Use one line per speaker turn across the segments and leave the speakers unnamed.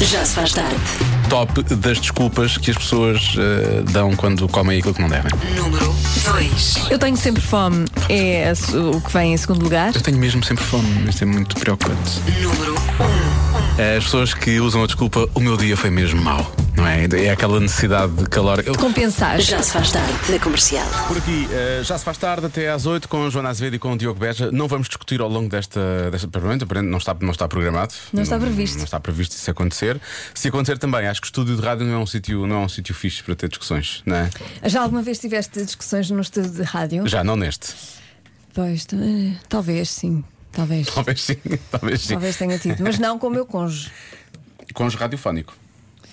Já se faz tarde.
Top das desculpas que as pessoas eh, dão quando comem aquilo que não devem.
Número 2.
Eu tenho sempre fome, é a se- o que vem em segundo lugar.
Eu tenho mesmo sempre fome, isto é muito preocupante.
Número
Eh, As pessoas que usam a desculpa, o meu dia foi mesmo mau, não é? É aquela necessidade de calor. Eu-
Compensar.
1. Já se faz tarde. Na comercial.
Por aqui, eh, já se faz tarde até às 8 com a Joana Azevedo e com o Diogo Beja. Não vamos discutir ao longo desta, desta pergunta, aparentemente não está, não está programado.
Não está previsto.
Não, está previsto isso acontecer. Se acontecer também, acho que o estúdio de rádio não é um sítio, não é um sítio fixe para ter discussões, não é?
Já alguma vez tiveste discussões no estúdio de rádio?
Já não neste.
Pois, t- talvez sim, talvez.
Talvez sim, talvez sim.
Talvez tenha tido, mas não com o meu cônjuge.
Cônjuge radiofónico.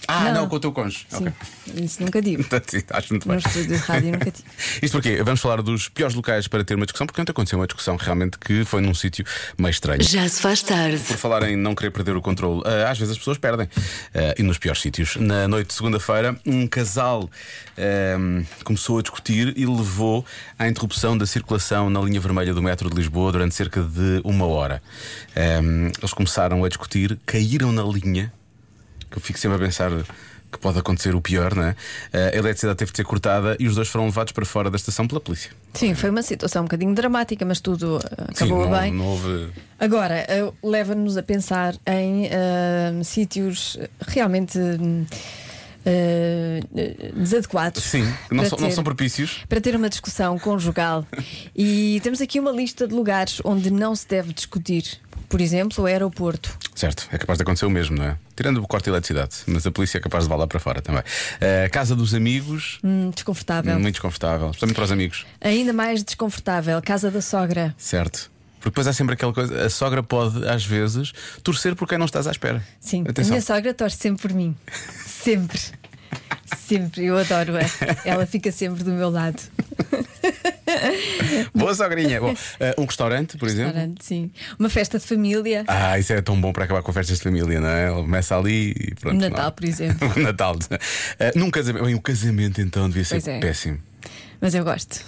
Ah, não,
Não.
com o teu cônjuge.
Sim,
Ok.
isso nunca tive.
Tá, sim, Acho muito
No
bem.
estúdio de rádio nunca tive.
Isto porque vamos falar dos piores locais para ter uma discussão, porque ontem aconteceu é uma discussão realmente que foi num sítio meio estranho.
Já se faz tarde.
Por falar em não querer perder o controle, ah, às vezes as pessoas perdem. Ah, e nos piores sítios. Na noite de segunda-feira, um casal ahm, começou a discutir e levou à interrupção da circulação na linha vermelha do metro de Lisboa durante cerca de uma hora. Ahm, eles começaram a discutir, caíram na linha, que eu fico sempre a pensar. Que pode acontecer o pior, não é? Ah, A eletricidade teve de ser cortada e os dois foram levados para fora da estação pela polícia.
Sim, foi uma situação um bocadinho dramática, mas tudo eh, acabou
Sim, não,
bem.
não houve.
Agora, eh, leva-nos a pensar em ah, sítios realmente hum, eh, desadequados.
Sim, não,
para
são- não
ter-
são propícios.
para ter uma discussão conjugal. E temos aqui uma lista de lugares onde não se deve discutir. Por exemplo, o aeroporto.
Certo, é capaz de acontecer o mesmo, não é? Tirando o corte de eletricidade, mas a polícia é capaz de vá lá para fora também. Eh, casa dos amigos,
Hum, desconfortável.
muito desconfortável, especialmente para os amigos,
Ainda mais desconfortável, casa da sogra.
certo? Porque depois há sempre aquela coisa, a sogra pode, às vezes, torcer por quem não estás à espera.
Sim, a
Atenção.
minha sogra torce sempre por mim. Sempre. Sempre, eu adoro-a. Ela fica sempre do meu lado.
Boa sogrinha. Bom, eh, um restaurante, por exemplo.
Restaurante, sim. Uma festa de família.
Ah, isso é tão bom para acabar com festas de família, não é? Ele Começa ali e pronto.
O Natal,
não. é?
por exemplo.
o Natal. Eh, num casamento. Bem, o casamento então devia ser
Pois é.
péssimo.
Mas eu gosto.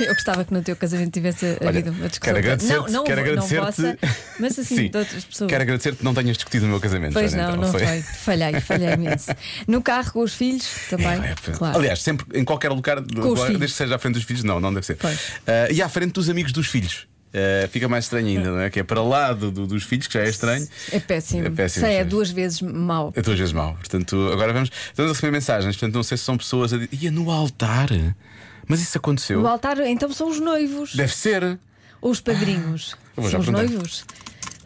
Eu, eu gostava que no teu casamento tivesse havido uma discussão.
quero agradecer-te.
não, não,
quero
vo- não
agradecer-te.
vossa, mas assim, de outras pessoas.
Quero agradecer-te que não tenhas discutido o meu casamento.
Pois
Joana,
não,
então,
não foi. Falhei, falhei imenso. No carro com os filhos também.
É, pá.
claro.
Aliás, sempre em qualquer lugar,
os
agora,
filhos.
desde que seja à frente dos filhos, não, não deve ser.
Pois.
Ah, e à frente dos amigos dos filhos. Ah, fica mais estranho ainda, não é? Que é para lá do, do- dos filhos, que já é estranho.
é péssimo.
É péssimo.
Sei, é
pois.
duas vezes mau.
É duas vezes mal. Portanto, agora vamos. Estamos a receber mensagens. Portanto, não sei se são pessoas a dizer. Ia no altar? Mas isso aconteceu?
O altar, então são os noivos.
Deve ser.
Ou os padrinhos.
Ah, Eu vou já
São os
perguntar.
noivos.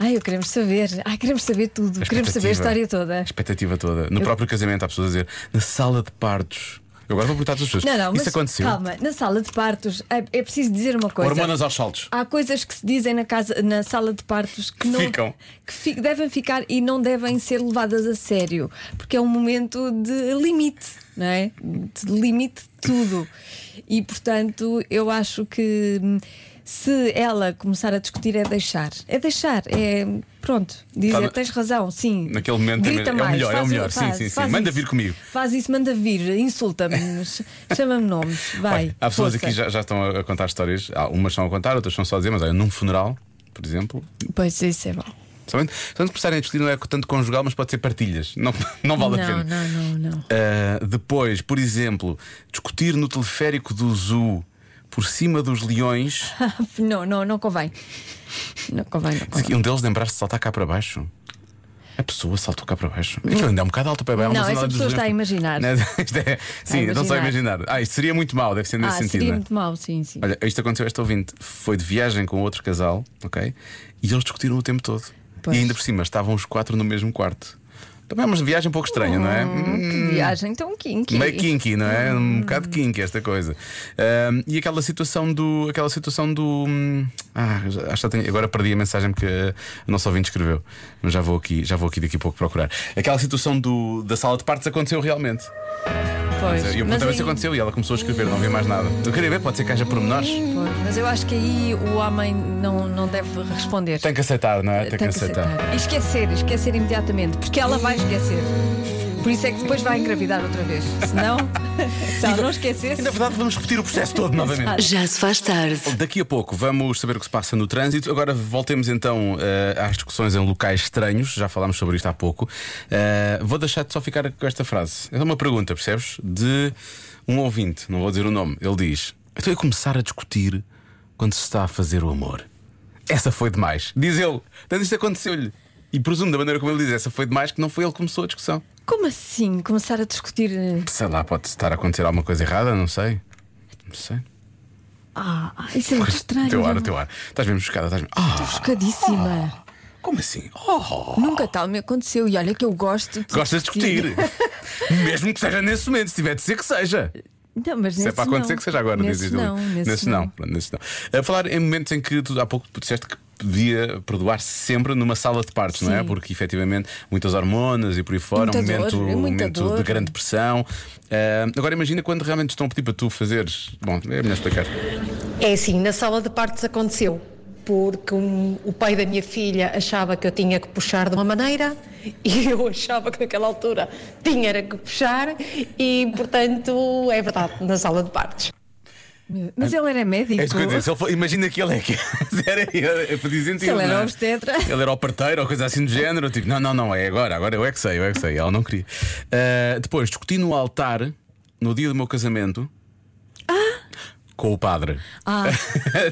Ai, eu queremos saber. Ai, queremos saber tudo.
A
Queremos saber a
expectativa.
história toda.
A expectativa toda. No próprio casamento, há pessoas a dizer. Na sala de partos. Eu agora vou perguntar a todas as pessoas.
Não, não,
isso
mas
aconteceu.
calma, na sala de partos é, é preciso dizer uma coisa.
Hormonas aos saltos.
Há coisas que se dizem na, casa, na sala de partos que não
Ficam.
que fi- devem ficar e não devem ser levadas a sério, porque é um momento de limite, não é? De limite de tudo. E portanto, eu acho que hum, se ela começar a discutir é deixar. É deixar, é pronto, dizer
Tá na-
tens razão, sim.
Naquele momento é
Grita
melhor, é o
mais,
melhor, é o
faz um-
melhor, sim,
faz-
sim, sim.
faz
Manda
isso.
vir comigo.
Faz isso, manda vir, insulta-me, chama-me nomes, Ah, vai.
Olha, há pessoas
força.
aqui já, já estão a a contar histórias. Há- Umas estão a contar, outras estão só a dizer, mas olha, num funeral, por exemplo.
Pois isso é bom.
Somente, somente começarem a discutir, não é tanto conjugal, mas pode ser partilhas. Não, não vale a pena.
não, não, não, não.
Uh, depois, por exemplo, discutir no teleférico do Zoo por cima dos leões.
Não, não, não convém. Não convém, não
Diz
convém.
aqui, Um deles lembraste de saltar cá para baixo. A pessoa saltou cá para baixo. Aquilo ainda é um bocado alto para baixo.
Não, essa pessoa está a imaginar.
é? Sim,
a
então só a imaginar. Ah, isto seria muito mau, deve ser
Ah,
nesse sentido.
seria
não é?
muito mau, sim, sim.
Olha, isto aconteceu a este ouvinte. Foi de viagem com outro casal, ok? E eles discutiram o tempo todo.
Pois.
E ainda por cima estavam os quatro no mesmo quarto. Também é uma viagem um pouco estranha, não é?
Hum, que viagem tão kinky.
Meio kinky, não é? Um bocado kinky esta coisa. Ahm, e aquela situação do. Aquela situação do. hum, Ah, já- acho que já tenho- agora perdi a mensagem que a nossa ouvinte escreveu. Mas já vou aqui, já vou aqui daqui a pouco procurar. Aquela situação do, da sala de partes aconteceu realmente.
Pois,
E eu
mas,
perguntava
aí-
se aconteceu e ela começou a escrever, não vi mais nada. Eu queria ver, pode ser que haja pormenores.
pois, mas eu acho que aí o homem não, não deve responder.
Tem que aceitar, não é? Tem, que aceitar.
E esquecer, esquecer imediatamente, porque ela vai esquecer. Por isso é que depois vai engravidar outra vez. Senão, se ela não esquecesse.
E na é verdade vamos repetir o processo todo novamente.
Já se faz tarde.
Daqui a pouco vamos saber o que se passa no trânsito. Agora voltemos então eh, às discussões em locais estranhos. Já falámos sobre isto há pouco. Eh, vou deixar-te só ficar com esta frase. É uma pergunta, percebes? De um ouvinte, não vou dizer o nome. Ele diz: Estou a começar a discutir quando se está a fazer o amor. Essa foi demais. Diz ele. Portanto, isto aconteceu-lhe. E presumo da maneira como ele diz, essa foi demais, que não foi ele que começou a discussão.
Como assim? Começar a discutir. eh,
Sei lá, pode estar a acontecer alguma coisa errada, não sei. Não sei.
Ah, ah, isso é muito estranho.
O teu ar, o teu ar. Estás mesmo chocada, estás mesmo. Ah,
Chocadíssima.
como assim? Oh,
Nunca tal me aconteceu. E olha que eu gosto de.
gostas de discutir. mesmo que seja nesse momento, se tiver de ser que seja.
Não, Então, mas
Se é
nesse
para acontecer
não.
que seja agora,
nesse
dizes
não, nesse, não.
Pronto, nesse não. A falar em momentos em que tu há pouco tu disseste que podia perdoar se sempre numa sala de partos, não é?
Sim.
Porque efetivamente muitas hormonas e por aí fora,
Muita
um momento,
dor, é
um
muita
momento
dor.
de grande pressão. Ah, agora imagina quando realmente estão a pedir para tu fazeres. Bom, é melhor explicar.
É assim, na sala de partos aconteceu, porque um- o pai da minha filha achava que eu tinha que puxar de uma maneira e eu achava que naquela altura tinha era que puxar e, portanto, é verdade, na sala de partos.
Mas ele era médico.
É isso que eu ia dizer. Se ele for- imagina que ele é que era, era, fazia sentido,
Se ele era
não é?
obstetra.
Ele era o parteiro ou coisa assim do género. Tipo, não, não, não, é agora, agora eu é que sei, eu é que sei. Ela não queria. Ah, depois, discuti no altar, no dia do meu casamento, com o padre.
Ah.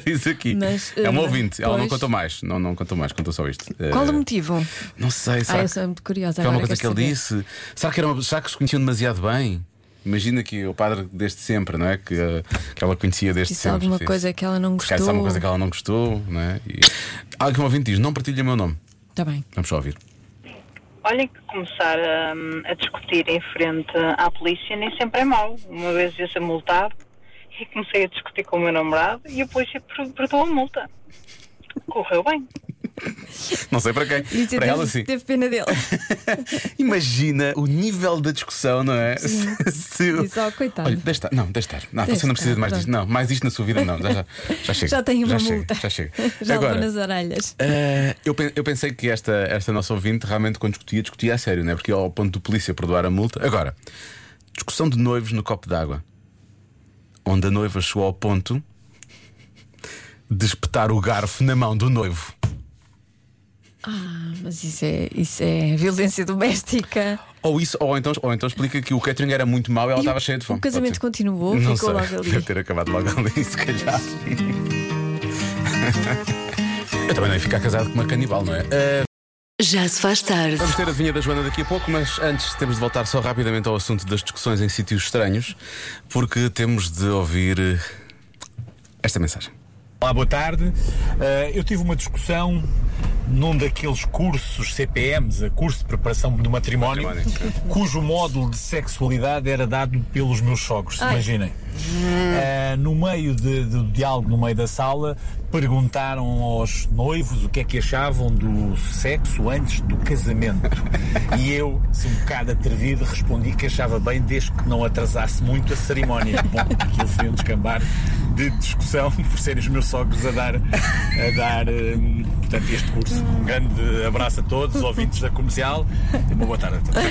Diz aqui.
Mas,
é um
eh,
ouvinte, ela não
pois.
contou mais. Não, não contou mais, contou só isto.
Qual é
Ah,
o motivo?
Não sei, será
Ah, eu
que-
sou muito curiosa.
que é uma
agora,
coisa que
quero
ele
saber.
disse. Será que, era uma, será que se conheciam demasiado bem? Imagina que o padre desde sempre, não é? Que, eh, que ela conhecia desde
Disse
sempre.
alguma
sim.
coisa que ela não
Se calhar disse alguma
gostou.
coisa que ela não gostou, não é? E... Alguém que um ouvinte diz: não partilha o meu nome.
Está Tá bem.
Vamos só ouvir.
Olhem que começar hum, a, discutir em frente à polícia nem sempre é mau. Uma vez ia ser multado e comecei a discutir com o meu namorado e a polícia per- perdoou a multa. Correu bem.
Não sei para quem.
E
para ela, sim.
teve pena dele.
Imagina o nível da discussão, não é?
Sim.
Se o-
Diz, "Oh, coitado."
Olha, deixa estar. Não, deixa estar. Não,
Deixa
você não precisa de mais
estar,
disto. Não, mais isto na sua vida, não. Já, já, já chega.
Já tem uma
chega,
multa.
Já chega.
Já levou
Agora,
nas orelhas.
Eh, eu, pen- eu pensei que esta, esta nossa ouvinte realmente, quando discutia, discutia a sério, não é? Porque ia ao ponto do polícia perdoar a multa. Agora, discussão de noivos no copo d'água, onde a noiva chegou ao ponto de espetar o garfo na mão do noivo.
Ah, mas isso é, isso é violência doméstica.
Ou isso, ou então, ou então explica que o catering era muito mau e ela
E o-
estava cheia de fome.
O casamento
Pode ser.
continuou,
Não
ficou
sei.
logo
Deve
ali.
ter acabado logo ali, se calhar. Eu também não ia ficar casado com uma canibal, não é? Eh,
Já se faz tarde.
Vamos ter a adivinha da Joana daqui a pouco, mas antes temos de voltar só rapidamente ao assunto das discussões em sítios estranhos, porque temos de ouvir eh, esta mensagem.
Olá, boa tarde. Eh, eu tive uma discussão num daqueles cursos CPMs, a curso de preparação do matrimónio,
Matrimónio,
cujo módulo de sexualidade era dado pelos meus sogros,
Ai.
imaginem. Eh, no meio de- do diálogo, no meio da sala, perguntaram aos noivos o que é que achavam do sexo antes do casamento. E eu, assim, um bocado atrevido, respondi que achava bem desde que não atrasasse muito a cerimónia. Bom, aquilo seria um descambar de discussão por serem os meus sogros a dar, a dar hum, portanto, este curso. Um grande abraço a todos, ouvintes da comercial, e uma boa tarde a todos.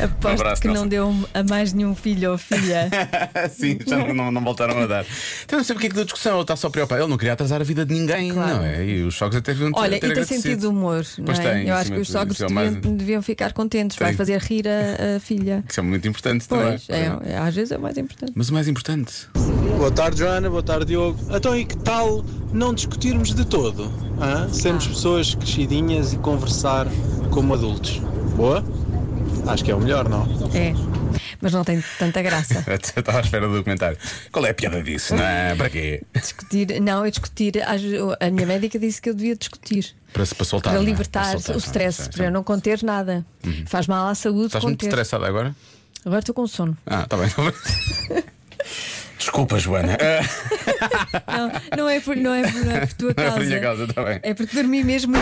Aposto
um abraço,
que
Nelson.
não deu a mais nenhum filho ou filha.
Ah, Sim, já não, não voltaram a dar. Então não sei porque é que deu discussão, ele está só preocupado. Ele não queria atrasar a vida de ninguém,
Claro.
não é? E os sogros até deviam ter
Olha,
ter
e tem
agradecido.
sentido de humor, não
Pois
é?
tem,
Eu
sim,
acho que
mas
os sogros
isso é o
deviam,
mais-
deviam ficar contentes, vai
Tem.
fazer rir a, a filha.
Isso é muito importante também.
Pois, é, é- às vezes é o mais importante.
Mas o mais importante.
Boa tarde, Joana. Boa tarde, Diogo. Então, e que tal não discutirmos de todo? hã? Sermos
Ah.
pessoas crescidinhas e conversar como adultos. Boa? Acho que é o melhor, não?
É. Mas não tem tanta graça.
Eu Estava à espera do comentário. Qual é a piada disso? Não é? Para quê?
discutir, não, é discutir. às- A minha médica disse que eu devia discutir.
Para, para soltar.
Para
não é?
libertar
soltar,
o
não é?
stress,
Sim, sim.
para eu não conter nada. Faz mal à saúde
Estás Uhum. muito
conter.
estressada agora?
Agora estou com sono.
Ah, está bem. Desculpa, Joana. Ah,
Não, não é por, não é por, não é por tua
Não é
causa.
por minha causa, tá bem.
É porque dormi mesmo.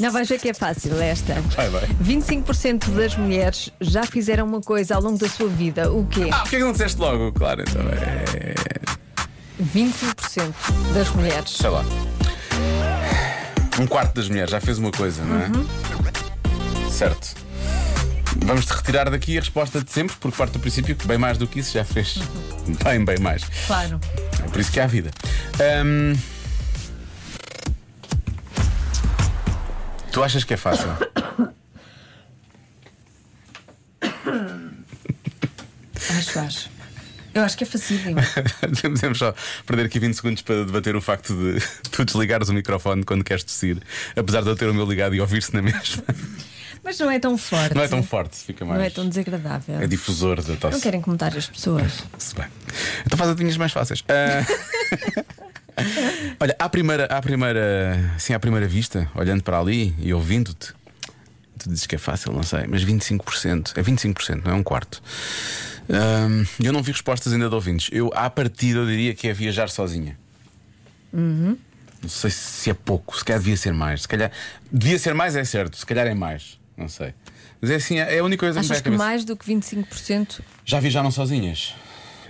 Não vais ver que é fácil esta.
Vai, vai.
25% das mulheres já fizeram uma coisa ao longo da sua vida. O quê?
Ah, porquê que não disseste logo? Claro, então é.
25% das mulheres.
Sei lá. Uhum. Um quarto das mulheres já fez uma coisa, não é? Certo. Vamos te retirar daqui a resposta de sempre, porque parte do princípio que bem mais do que isso já fez. Bem, bem mais.
Claro.
É por isso que há vida. Ahm, Tu achas que é fácil?
Acho, acho. Eu acho que é facílimo.
Podemos só perder aqui 20 segundos para debater o facto de tu desligares o microfone quando queres tossir, apesar de eu ter o meu ligado e ouvir-se na mesma.
Mas não é tão forte.
Não é tão forte, fica mais.
Não é tão desagradável.
É difusor da tosse.
Não quero incomodar as pessoas.
Se bem. Então faz adivinhas mais fáceis. Ah, Olha, à primeira, à primeira, sim, à primeira vista, olhando para ali e ouvindo-te, tu dizes que é fácil, não sei, mas 25%, é 25%, não é um quarto. Ahm, eu não vi respostas ainda de ouvintes. Eu, à partida, eu diria que é viajar sozinha.
Uhum.
Não sei se é pouco, se calhar devia ser mais. Se calhar devia ser mais, é certo, se calhar é mais, não sei. Mas é assim, é a única coisa
Achas
me
que
vem à cabeça.
mais do que 25%?
Já viajaram sozinhas?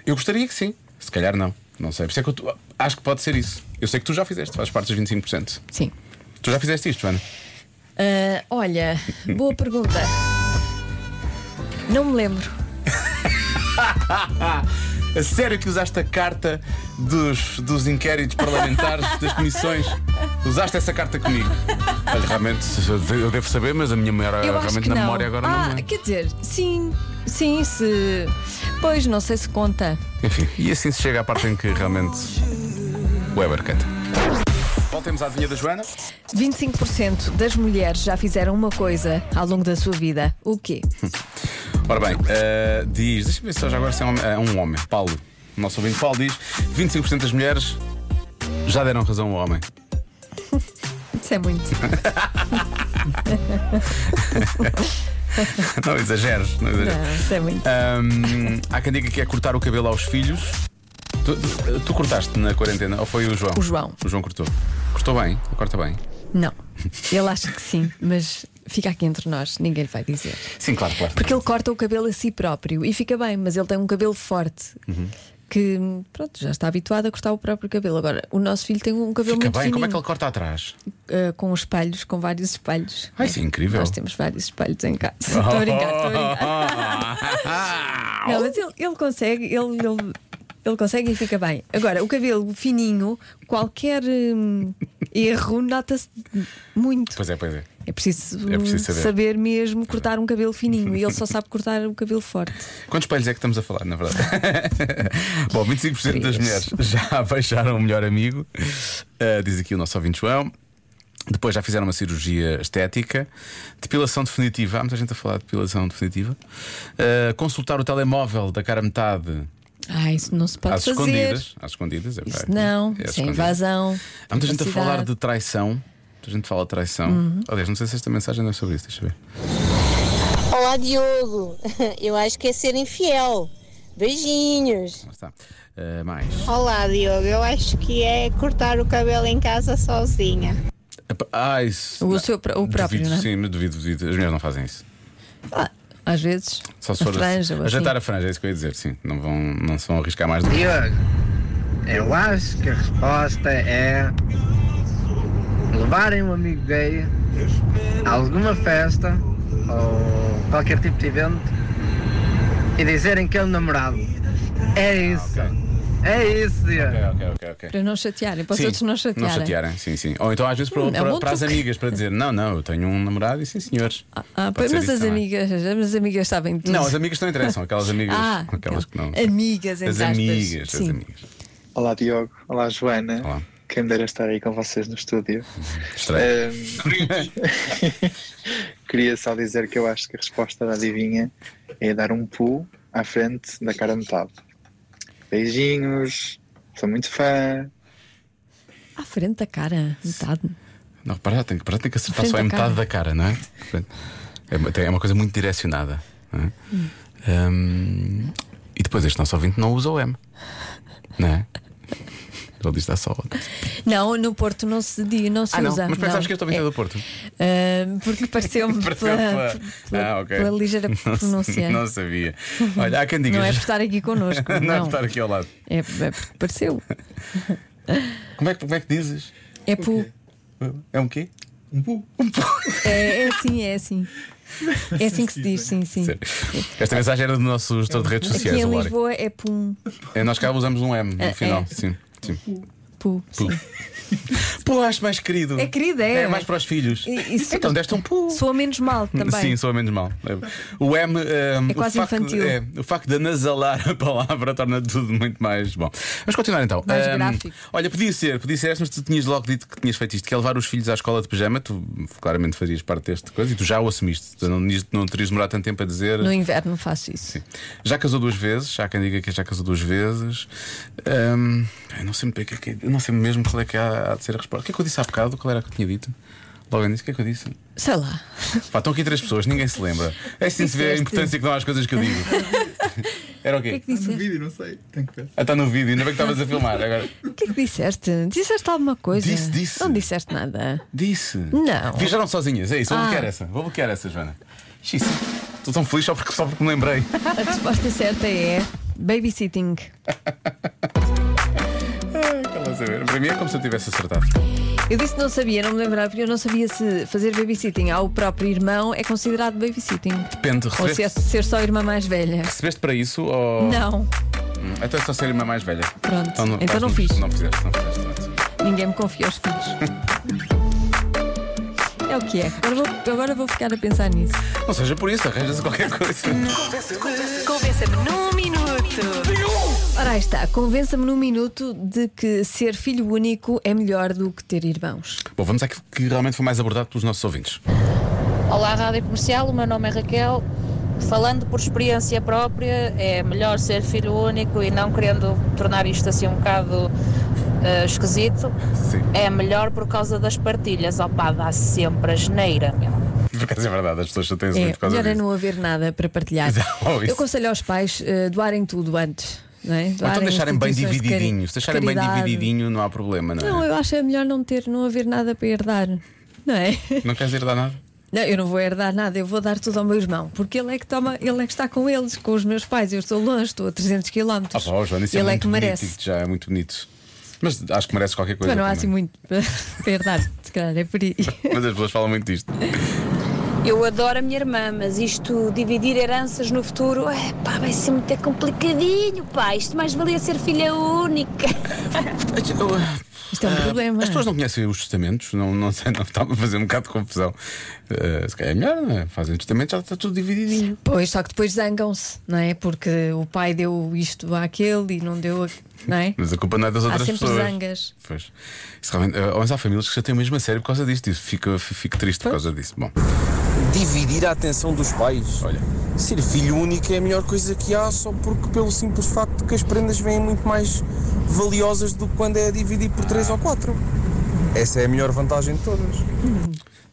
Eu gostaria que sim. Se calhar não. Não sei. Por isso é que eu tu- acho que pode ser isso. Eu sei que tu já fizeste, fazes parte dos 25%.
Sim.
Tu já fizeste isto, Joana?
Ah, olha, boa pergunta. Não me lembro.
A sério que usaste a carta dos, dos inquéritos parlamentares, das comissões? Usaste essa carta comigo? Olha, realmente, eu devo saber, mas a minha maior,
Eu acho que
Ah, realmente na
não.
memória agora
ah,
não. é.
quer dizer, sim, sim, se. Pois, não sei se conta.
Enfim, e assim se chega à parte em que realmente Weber canta. Voltemos à adivinha da Joana.
25% das mulheres já fizeram uma coisa ao longo da sua vida. O quê?
Ora bem, eh, diz, deixa-me ver se já agora se é um, é um homem, Paulo. O nosso ouvinte Paulo diz: 25% das mulheres já deram razão ao homem.
Isso é muito.
Não exageres, não exageres.
Não, isso é muito.
Ahm, há quem diga que é cortar o cabelo aos filhos. Tu, tu- tu cortaste na quarentena, ou foi o João?
O João.
O João cortou. Cortou bem, corta bem.
Não. Ele acha que sim, mas fica aqui entre nós, ninguém lhe vai dizer.
Sim, claro, claro.
Porque ele corta o cabelo a si próprio e fica bem, mas ele tem um cabelo forte.
Uhum.
Que pronto, já está habituado a cortar o próprio cabelo. Agora, o nosso filho tem um cabelo
Fica
muito
bem, como é que
fininho,
ele corta atrás?
eh, com espelhos, com vários espelhos.
Ai, isso é incrível.
Nós temos vários espelhos em casa. Estou a brincar, estou a brincar. Não, mas ele, ele consegue, ele, ele, ele consegue e fica bem. Agora, o cabelo fininho, qualquer hum, erro nota-se muito.
Pois é, pois é.
É preciso,
É preciso saber. É.
mesmo cortar um cabelo fininho e ele só sabe cortar o cabelo forte.
Quantos espelhos é que estamos a falar, na verdade? Bom, 25% das
Três.
mulheres já beijaram o melhor amigo, uh, diz aqui o nosso ouvinte João. Depois já fizeram uma cirurgia estética, depilação definitiva, há muita gente a falar de depilação definitiva. Uh, consultar o telemóvel da cara metade
Ah, isso não se pode
às
fazer.
escondidas. Às escondidas, é
Isso
verdade.
não,
às
isso é
escondidas.
invasão.
Há muita gente a
privacidade.
falar de traição. Muita gente fala de traição.
Uhum.
Aliás, não sei se esta mensagem não é sobre isso, deixa eu ver.
Olá, Diogo. Eu acho que é ser infiel. Beijinhos.
Lá está. Uh, mais.
Olá, Diogo. Eu acho que é cortar o cabelo em casa sozinha.
Epá, Ah, isso.
O
não.
seu pr- o próprio,
duvido,
não é?
Sim, mas duvido, duvido. As mulheres não fazem isso.
Ah, às vezes.
Só se
a
for
franja, ou assim.
ajeitar a franja, é isso que eu ia dizer, sim. Não, vão, não se vão arriscar mais do que.
Diogo, eu acho que a resposta é levarem um amigo gay a alguma festa ou qualquer tipo de evento e dizerem que é um namorado. É isso. É isso, Diogo.
Ok, ok, ok.
Para não chatearem, para os
Sim,
outros não é? chatearem.
chatearem, sim, sim. Ou então às vezes para,
Hum, é um
para-
bom
para as
truque.
amigas para dizer, não, não, eu tenho um namorado e sim senhores.
Ah,
Pode
pois,
ser
mas
isso
as
também.
amigas, as amigas sabem tudo.
Não, as amigas não interessam, aquelas amigas.
Ah,
aquelas que não.
Amigas, entre
As
aspas.
amigas, as
Sim.
amigas.
Olá Diogo, olá Joana.
Olá.
Quem me dera estar aí com vocês no estúdio.
É.
Estranho.
Ahm, Queria só dizer que eu acho que a resposta da adivinha é dar um pulo à frente da cara metade. Beijinhos, sou muito fã.
À frente da cara, metade.
Não, para, tem, que- para, tem que acertar
Frente
só em
da
metade da cara, não é? É uma- É uma coisa muito direcionada. não é? Hum, e depois este nosso ouvinte não usa o M. Não é? Ele diz que está só.
Não, no Porto não se, di- não se
Ah, não,
usa.
mas pensavas que este ouvinte é do Porto.
Ah, porque pareceu-me pela,
Pareceu pela-
pela-
Ah, ok.
pela ligeira
Não,
pronúncia.
não sabia. Olha, há quem diga.
Não é por estar aqui connosco.
Não, é por
não.
estar aqui ao lado.
É, é porque pareceu.
Como é, que- como é que dizes?
É pu.
É um quê? Um pu.
É, é assim, é assim. É assim que se diz, sim, sim.
Esta mensagem era do nosso gestor de redes
Aqui
sociais,
em
o Lori.
Lisboa é pum,
É, Nós cá usamos um M
Ah,
no
é.
final. Sim. sim.
pu.
Pu. Pu, acho mais querido.
É querido, é.
É mais para os filhos.
E- é e soa-
Então deste um pu.
Soa menos mal também.
Sim, sou menos mal. É. O M. ehm,
É quase
o facto,
infantil.
é, o facto de anasalar a palavra torna tudo muito mais bom. Vamos continuar então.
Mais
Ehm,
gráfico.
Olha, podia ser, podia ser esta, mas tu tinhas logo dito que tinhas feito isto, que é levar os filhos à escola de pijama. Tu claramente fazias parte deste coisa e tu já o assumiste. Tu não, não terias demorado tanto tempo a dizer.
No inverno faço isso.
Sim. Já casou duas vezes, já há quem diga que já casou duas vezes. Ahm, eu não sei muito bem o que é que é- eu não sei mesmo qual é que há, há de ser a resposta. O que é que eu disse há bocado? Qual era que eu tinha dito? Logo nisso, o que é que eu disse?
Sei lá.
Pá, estão aqui três pessoas, ninguém se lembra. É assim se vê a
Disseste.
importância que dão às coisas que eu digo. Era o
O que é
quê?
que disseste?
Tá vídeo, não sei. Tenho que ver.
Ah, está no vídeo, ainda bem que estavas a filmar. Agora.
O que é que disseste? Disseste alguma coisa?
Disse, disse.
Não disseste nada.
Disse.
Não.
Viajaram sozinhas, é isso. Vou
Ah.
bloquear essa. Vou bloquear essa, Joana. Xis. Estou tão feliz só porque, só porque me lembrei.
A resposta certa é babysitting.
Estava a saber. Para mim é como se eu tivesse acertado.
Eu disse que não sabia, não me lembrava, porque eu não sabia se fazer babysitting ao próprio irmão é considerado babysitting.
Depende, Oh.
Ou se é
recebeste,
ser só a irmã mais velha.
recebeste para isso ou.
Não,
Até só ser a irmã mais velha.
Pronto. Então
faz-
não fiz.
Não fizeste, não fizeste. pronto.
ninguém me confia aos filhos. É o que é. Agora vou, agora vou ficar a pensar nisso.
Não seja por isso, arranja-se qualquer coisa.
Convença-me num minuto.
Ora, aí está. Convença-me num minuto de que ser filho único é melhor do que ter irmãos.
Bom, vamos àquilo que realmente foi mais abordado pelos nossos ouvintes.
Olá, Rádio Comercial, o meu nome é Raquel. Falando por experiência própria, é melhor ser filho único e não querendo tornar isto assim um bocado eh, esquisito,
Sim.
é melhor por causa das partilhas. Opá, dá sempre a geneira, meu.
Por acaso é verdade, as pessoas têm-se
É,
muito por causa
melhor é
disso.
não haver nada para partilhar.
Não, isso.
Eu aconselho aos pais eh, doarem tudo antes. Não é?
Ou então
Doarem
deixarem bem
instituições de cari-
divididinho. Se deixarem bem
caridade.
divididinho, não há problema, não é?
Não, eu acho é melhor não ter, não haver nada para herdar. Não é?
Não queres herdar nada?
Não, eu não vou herdar nada, eu vou dar tudo ao meu irmão, porque ele é que toma, ele é que está com eles, com os meus pais. Eu estou longe, estou a 300 km.
Ah, pá, ó, Joana, isso
ele
é,
é,
muito
que merece.
bonito, já é muito bonito. Mas acho que merece qualquer coisa.
Mas não há assim
também.
muito para para herdar, se calhar é por aí.
Mas as pessoas falam muito disto.
Eu adoro a minha irmã, mas isto, dividir heranças no futuro, é, pá, vai ser muito complicadinho, pá. Isto mais valia ser filha única.
Isto é um problema.
Ah, As pessoas não conhecem os testamentos, não, não sei, não estava a fazer um bocado de confusão. Ah, se calhar é melhor, não é? Fazem testamento, já está tudo divididinho.
Pois, só que depois zangam-se, não é? Porque o pai deu isto àquele e não deu. a- Não é?
Mas a culpa não é das
Há
outras
sempre
pessoas.
zangas.
Pois. Isso realmente, ah, mas há famílias que já têm o mesmo a sério por causa disto. Isso fico, fico triste por causa disso. Bom,
dividir a atenção dos pais. Olha. Ser filho único é a melhor coisa que há, só porque pelo simples facto de que as prendas vêm muito mais valiosas do que quando é dividido por três ou quatro. Essa é a melhor vantagem de todas.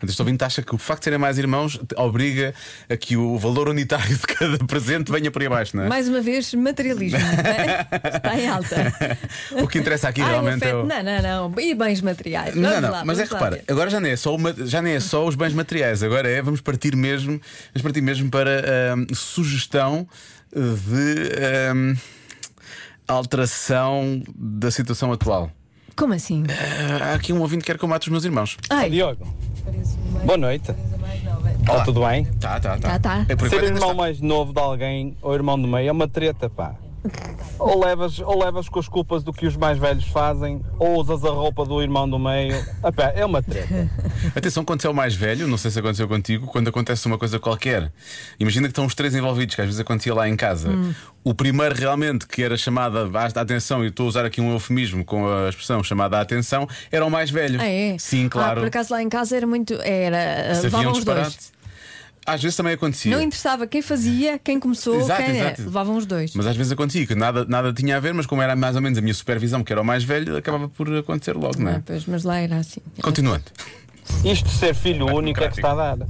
portanto, este ouvinte acha que o facto de serem mais irmãos te- obriga a que o valor unitário de cada presente venha por aí abaixo, não é?
Mais uma vez, materialismo. não é? Está em alta.
O que interessa aqui
Ai, o
realmente é
afeto-
o.
Não, não, não. E bens materiais.
Não,
Vamos
não,
lá,
mas é
vamos
que
lá
repara,
ver.
agora já nem, é só o ma- já nem é só os bens materiais, agora é vamos partir mesmo, vamos partir mesmo para a sugestão de ahm, alteração da situação atual.
Como assim?
Ah, há aqui um ouvinte que quer que eu mate os meus irmãos.
Ai.
Diogo. Boa noite. Está tudo bem?
Tá, tá,
Tá, tá.
É, por
Ser
enquanto ainda
irmão
está.
mais novo de alguém ou irmão do meio é uma treta, pá. Ou levas, ou levas com as culpas do que os mais velhos fazem, ou usas a roupa do irmão do meio. Ah, pá, é uma treta.
Atenção, quando você é o mais velho, não sei se aconteceu contigo, quando acontece uma coisa qualquer, imagina que estão os três envolvidos, que às vezes acontecia lá em casa.
Hum.
O primeiro realmente que era chamada à atenção, e estou a usar aqui um eufemismo com a expressão chamada à atenção, era o mais velho.
Ah, é?
Sim,
Ah,
claro.
por acaso lá em casa era muito. Era. eh,
Se havia um
levavam os
disparate.
dois.
Às vezes também acontecia.
Não interessava quem fazia, quem começou,
Exato,
quem
exato.
é. Levavam os dois.
Mas às vezes acontecia que nada, nada tinha a ver, mas como era mais ou menos a minha supervisão, que era o mais velho, acabava por acontecer logo, não
Ah,
é?
pois, mas lá era assim.
Continuando.
Isto de ser filho único é que está a dar.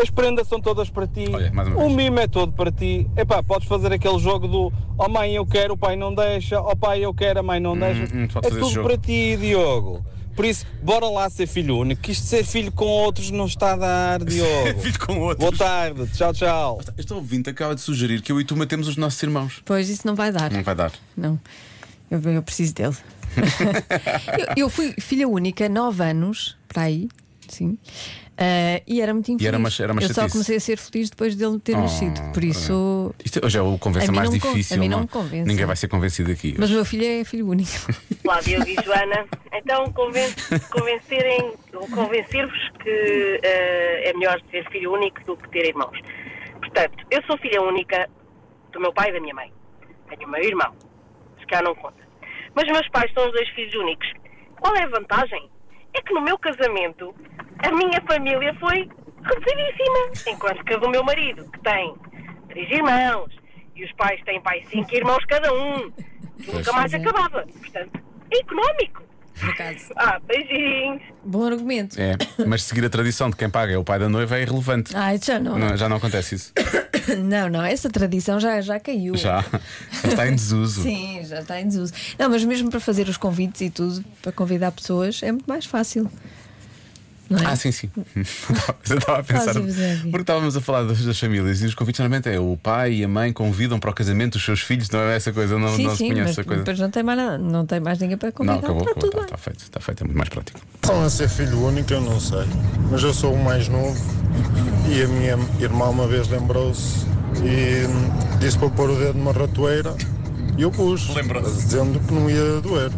As prendas são todas para ti.
mais uma
o mimo é todo para ti. Epá, podes fazer aquele jogo do oh mãe eu quero, o pai não deixa, oh pai eu quero, a mãe não deixa.
hum, pode
é
fazer esse
tudo
jogo.
para ti, Diogo. Por isso, bora lá ser filho único. que Isto de ser filho com outros não está a dar, Diogo.
filho com outros.
Boa tarde, tchau, tchau.
Este ouvinte acaba de sugerir que eu e tu matemos os nossos irmãos.
Pois isso não vai dar.
Não vai dar.
Não. Eu, eu preciso dele. eu, eu fui filha única, 9 anos, para aí. sim. Ah, e era muito infeliz.
era uma- era uma
eu só
chatice. Oh,
comecei a ser feliz depois dele ter nascido. Por isso.
Isto hoje é o conversa
A mim
mais
não me con-
difícil. é?
a mim não me convence.
Ninguém vai ser convencido aqui.
Mas o meu filho é filho único.
Olá, Diogo e Joana. Então, conven- convencerem- convencer-vos que eh, é melhor ser filho único do que ter irmãos. Portanto, eu sou filha única do meu pai e da minha mãe. Tenho o meu irmão, se calhar não conta. Mas meus pais são os dois filhos únicos. Qual é a vantagem? É que no meu casamento, a minha família foi reduzidíssima. Enquanto que a do meu marido, que tem três irmãos, e os pais têm pai cinco irmãos cada um, que nunca mais acabava. Portanto, é económico. Ah, beijinhos.
Bom argumento.
É, mas seguir a tradição de quem paga é o pai da noiva é irrelevante.
Ai, já não.
Não, é? já não acontece isso.
Não, não, essa tradição já, já caiu.
Já. Já está em desuso.
Sim, já está em desuso. Não, mas mesmo para fazer os convites e tudo, para convidar pessoas, é muito mais fácil. é?
Ah, sim, sim. Eu estava a pensar.
Faz-vos a vida.
Porque estávamos a falar das, das famílias e os convites geralmente é o pai e a mãe convidam para o casamento os seus filhos, não é essa coisa, não,
sim,
não se
sim,
conhece
mas
essa coisa.
depois não tem mais nada, não tem mais ninguém para
Não,
convidar.
acabou,
Está
acabou,
tudo
está tá feito, está feito, é muito mais prático.
Então, a ser filho único, eu não sei. Mas eu sou o mais novo e a minha irmã uma vez lembrou-se e hum, disse para eu pôr o dedo numa ratoeira e eu pus, dizendo que não ia doer.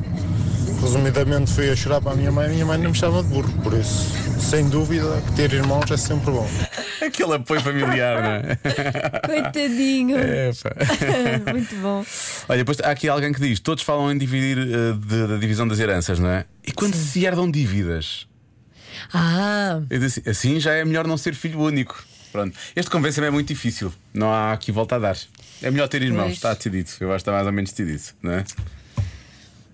Resumidamente, fui a chorar para a minha mãe e a minha mãe não me chama de burro, por isso, sem dúvida, que ter irmãos é sempre bom.
Aquele apoio familiar, não é?
Coitadinho.
É, pá.
Muito bom.
Olha, depois há aqui alguém que diz: todos falam em dividir eh, de- da divisão das heranças, não é? E quando se herdam dívidas?
Ah,
Eu disse, assim já é melhor não ser filho único. Pronto. Este convence-me é muito difícil. Não há aqui volta a dar. É melhor ter irmãos,
Pois.
está decidido. Eu acho que está mais ou menos decidido, não é?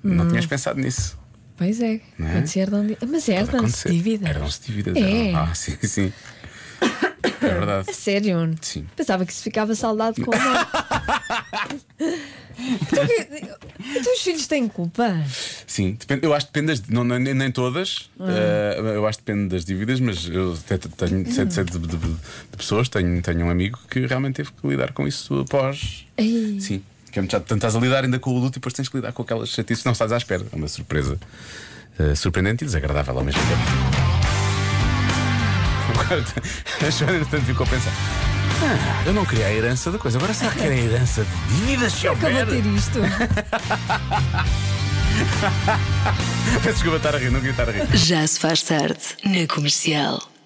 Não
Hum.
tinhas pensado nisso.
pois é.
Não é?
Quando se herdam dívidas. Mas um herdam-se
acontecer. um
dívidas.
Herdam-se dívidas.
É.
herdam- Ah, sim, sim. É verdade.
A sério?
Sim.
Pensava que isso ficava saudado com a morte. então, que- então os filhos têm culpa?
Sim, depende, eu acho que depende das. Não, não- nem, nem todas.
Ah.
eh, eu acho que depende das dívidas, mas eu até te- tenho sei- sei de, de- de- de pessoas, tenho, tenho um amigo que realmente teve que lidar com isso após.
Ei.
Sim. Que é muito chato. Portanto, estás a lidar ainda com o luto e depois tens que lidar com aquelas chatices que não estás à espera. É uma surpresa eh, surpreendente e desagradável ao mesmo tempo. Agora, a Joana, portanto, ficou a pensar. "Ah, eu não queria a herança da coisa. Agora será que era a herança de dívidas? se
Como é que eu vou
houver?"
ter isto?
Peço desculpa estar a rir, não queria estar a rir.
Já se faz tarde na comercial.